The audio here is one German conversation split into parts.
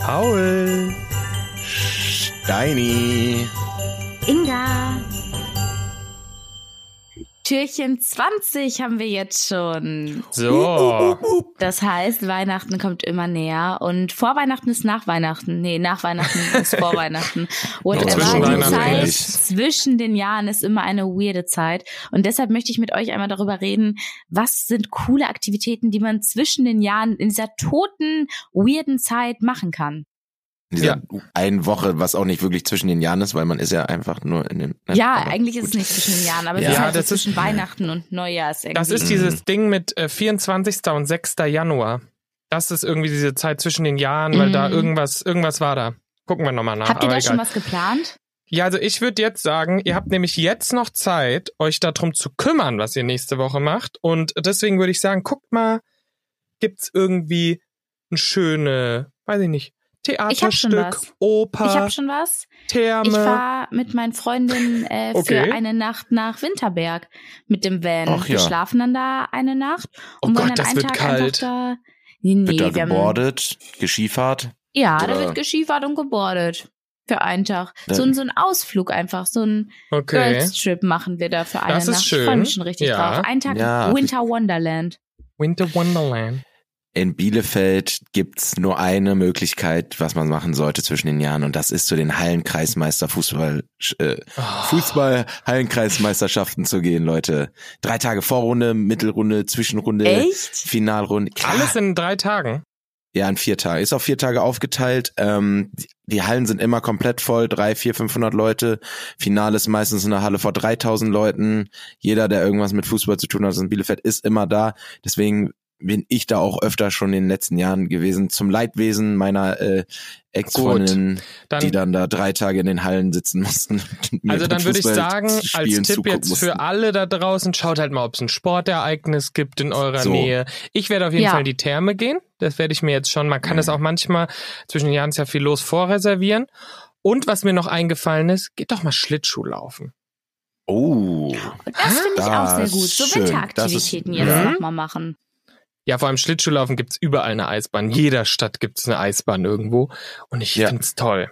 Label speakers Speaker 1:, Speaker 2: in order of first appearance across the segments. Speaker 1: Paul,
Speaker 2: Steini.
Speaker 3: Inga. Türchen 20 haben wir jetzt schon.
Speaker 1: so,
Speaker 3: Das heißt, Weihnachten kommt immer näher und vor Weihnachten ist nach Weihnachten. Nee, nach Weihnachten ist vor Weihnachten.
Speaker 1: zwischen
Speaker 3: Whatever. Die
Speaker 1: Weihnachten
Speaker 3: Zeit
Speaker 2: nicht.
Speaker 3: zwischen den Jahren ist immer eine weirde Zeit. Und deshalb möchte ich mit euch einmal darüber reden, was sind coole Aktivitäten, die man zwischen den Jahren in dieser toten, weirden Zeit machen kann.
Speaker 2: In dieser einen Woche, was auch nicht wirklich zwischen den Jahren ist, weil man ist ja einfach nur in den. ne,
Speaker 3: ja,
Speaker 2: aber
Speaker 3: eigentlich ist es
Speaker 2: gut.
Speaker 3: nicht zwischen den Jahren, aber
Speaker 2: Ja,
Speaker 3: es ist halt so
Speaker 1: das ist-
Speaker 3: zwischen Weihnachten und Neujahrs irgendwie.
Speaker 1: das ist dieses Ding mit äh, 24. und 6. Januar. Das ist irgendwie diese Zeit zwischen den Jahren, weil da
Speaker 3: Mhm.
Speaker 1: irgendwas, irgendwas war da. Gucken wir nochmal nach.
Speaker 3: Habt ihr
Speaker 1: Ah,
Speaker 3: da
Speaker 1: aber egal.
Speaker 3: schon was geplant?
Speaker 1: Ja, also ich würde jetzt sagen, ihr habt nämlich jetzt noch Zeit, euch darum zu kümmern, was ihr nächste Woche macht. Und deswegen würde ich sagen, guckt mal, gibt's irgendwie ein schöne, weiß ich nicht,
Speaker 3: hab schon
Speaker 1: Theaterstück,
Speaker 3: was. Ich
Speaker 1: Oper,
Speaker 3: habe schon was. Ich
Speaker 1: Therme.
Speaker 3: war mit meinen Freundinnen äh,
Speaker 1: Okay.
Speaker 3: für eine Nacht nach Winterberg mit dem Van.
Speaker 2: Ach ja.
Speaker 3: Wir schlafen dann da eine Nacht
Speaker 1: Oh
Speaker 3: und wollen
Speaker 1: Gott,
Speaker 3: dann
Speaker 1: das
Speaker 3: einen
Speaker 1: wird
Speaker 3: Tag
Speaker 1: kalt.
Speaker 3: einfach da. Nee, nee,
Speaker 2: Wird da
Speaker 3: wir haben-
Speaker 2: gebordet, geschiefert.
Speaker 3: Ja, da
Speaker 2: oder?
Speaker 3: wird geschiefert und gebordet. Für einen Tag.
Speaker 2: Da-
Speaker 3: So, ein- so ein Ausflug einfach, so ein
Speaker 1: Okay.
Speaker 3: Girls Trip machen wir da für eine
Speaker 1: Das ist
Speaker 3: Nacht.
Speaker 1: schön.
Speaker 3: Ich freue mich schon richtig
Speaker 1: Ja.
Speaker 3: drauf. Ein Tag
Speaker 2: Ja.
Speaker 3: Winter Wonderland.
Speaker 1: Winter Wonderland.
Speaker 2: In Bielefeld gibt's nur eine Möglichkeit, was man machen sollte zwischen den Jahren, und das ist zu den Hallenkreismeister Fußball, äh,
Speaker 1: Oh.
Speaker 3: Oh.
Speaker 2: Fußball Hallenkreismeisterschaften zu gehen, Leute. Drei Tage Vorrunde, Mittelrunde, Zwischenrunde,
Speaker 3: Echt?
Speaker 2: Finalrunde. Klar.
Speaker 1: Alles in drei Tagen.
Speaker 2: Ja, in vier Tage. Ist auf vier Tage aufgeteilt. Ähm, die, die Hallen sind immer komplett voll. Drei, vier, 500 Leute. Finale ist meistens in der Halle vor 3000 Leuten. Jeder, der irgendwas mit Fußball zu tun hat in Bielefeld, ist immer da. Deswegen bin ich da auch öfter schon in den letzten Jahren gewesen. Zum Leidwesen meiner äh, Ex-Freundin, die dann
Speaker 1: Dann,
Speaker 2: da drei Tage in den Hallen sitzen mussten. und mir
Speaker 1: also
Speaker 2: beim
Speaker 1: dann würde ich
Speaker 2: Fußball
Speaker 1: sagen, als
Speaker 2: spielen
Speaker 1: Tipp
Speaker 2: zugucken
Speaker 1: jetzt
Speaker 2: mussten.
Speaker 1: für alle da draußen, schaut halt mal, ob es ein Sportereignis gibt in eurer
Speaker 2: So.
Speaker 1: Nähe. Ich werde auf jeden
Speaker 3: Ja.
Speaker 1: Fall in die Therme gehen. Das werde ich mir jetzt schon. Man kann
Speaker 2: Mhm.
Speaker 1: es auch manchmal zwischen den Jahren ist ja viel los vorreservieren. Und was mir noch eingefallen ist, geht doch mal Schlittschuh laufen.
Speaker 2: Oh,
Speaker 3: Das finde ich auch sehr
Speaker 2: Das
Speaker 3: gut.
Speaker 2: ist
Speaker 3: So
Speaker 2: schön.
Speaker 3: Winteraktivitäten
Speaker 2: Das
Speaker 1: ist-
Speaker 3: jetzt
Speaker 1: Mhm.
Speaker 3: nochmal machen.
Speaker 1: Ja, vor allem Schlittschuhlaufen gibt's überall eine Eisbahn. In jeder Stadt gibt's eine Eisbahn irgendwo. Und ich
Speaker 2: Ja.
Speaker 1: find's toll.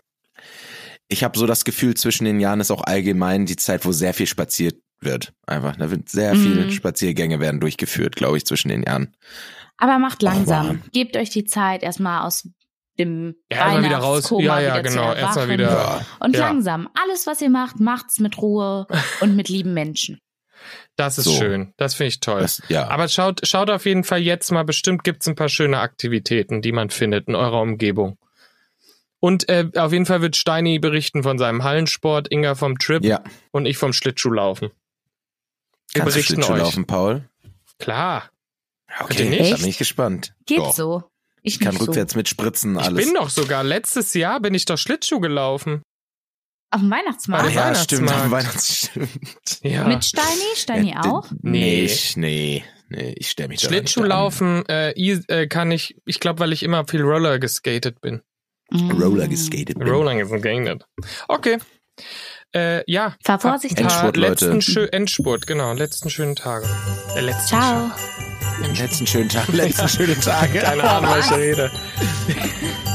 Speaker 2: ich habe so das Gefühl, zwischen den Jahren ist auch allgemein die Zeit, wo sehr viel spaziert wird. Einfach, da wird sehr viel
Speaker 3: Mhm.
Speaker 2: Spaziergänge werden durchgeführt, glaube ich, zwischen den Jahren.
Speaker 3: Aber macht langsam.
Speaker 2: Mann.
Speaker 3: Gebt euch die Zeit, erstmal aus dem
Speaker 1: Ja, erstmal wieder raus.
Speaker 3: Weihnachtskoma
Speaker 1: Ja, ja,
Speaker 3: wieder zu
Speaker 1: genau. Erstmal
Speaker 3: erwachen.
Speaker 1: wieder.
Speaker 2: Ja.
Speaker 3: Und
Speaker 1: Ja.
Speaker 3: langsam. Alles, was ihr macht, macht's mit Ruhe und mit lieben Menschen.
Speaker 1: Das ist
Speaker 2: So.
Speaker 1: schön. Das finde ich toll.
Speaker 2: Das, ja.
Speaker 1: Aber schaut, schaut auf jeden Fall jetzt mal. Bestimmt gibt's ein paar schöne Aktivitäten, die man findet in eurer Umgebung. Und äh, auf jeden Fall wird Steini berichten von seinem Hallensport, Inga vom Trip
Speaker 2: ja.
Speaker 1: und ich vom Schlittschuhlaufen. Wir
Speaker 2: Kannst du
Speaker 1: berichten
Speaker 2: Schlittschuh
Speaker 1: euch.
Speaker 2: laufen, Paul?
Speaker 1: Klar. Könnt ihr
Speaker 2: Okay,
Speaker 1: nicht?
Speaker 2: da bin ich gespannt.
Speaker 3: Geht
Speaker 2: Doch.
Speaker 3: so. Ich
Speaker 2: Ich kann
Speaker 3: nicht
Speaker 2: rückwärts mit Spritzen
Speaker 1: Ich
Speaker 2: alles.
Speaker 1: bin doch sogar, letztes Jahr bin ich doch Schlittschuh gelaufen.
Speaker 3: So. Auf dem
Speaker 2: Ah,
Speaker 3: Weihnachtsmarkt.
Speaker 1: Am
Speaker 2: ja, stimmt, am
Speaker 1: Weihnachtsmarkt.
Speaker 2: Weihnachtsstimmt.
Speaker 1: Ja.
Speaker 3: Mit Steini? Steini
Speaker 2: Ja, d-
Speaker 3: auch?
Speaker 2: Nee,
Speaker 1: Nee.
Speaker 2: ich, nee, nee, ich stelle mich da nicht an.
Speaker 1: Schlittschuhlaufen äh, eas- äh, kann ich, ich glaube, weil ich immer viel Roller geskatet bin.
Speaker 2: Roller
Speaker 3: Mm.
Speaker 2: geskatet. bin.
Speaker 1: Roller geskatet. Okay. Äh, ja.
Speaker 3: Fahr vorsichtig.
Speaker 2: Endspurt,
Speaker 1: Endspurt,
Speaker 2: Leute.
Speaker 1: letzten schö Endspurt, genau. Letzten schönen Tage. Äh, letzten
Speaker 3: Ciao.
Speaker 1: Schönen-
Speaker 2: Letzten schönen Tag, letzten schönen Tag.
Speaker 1: Keine Ahnung, was ich rede.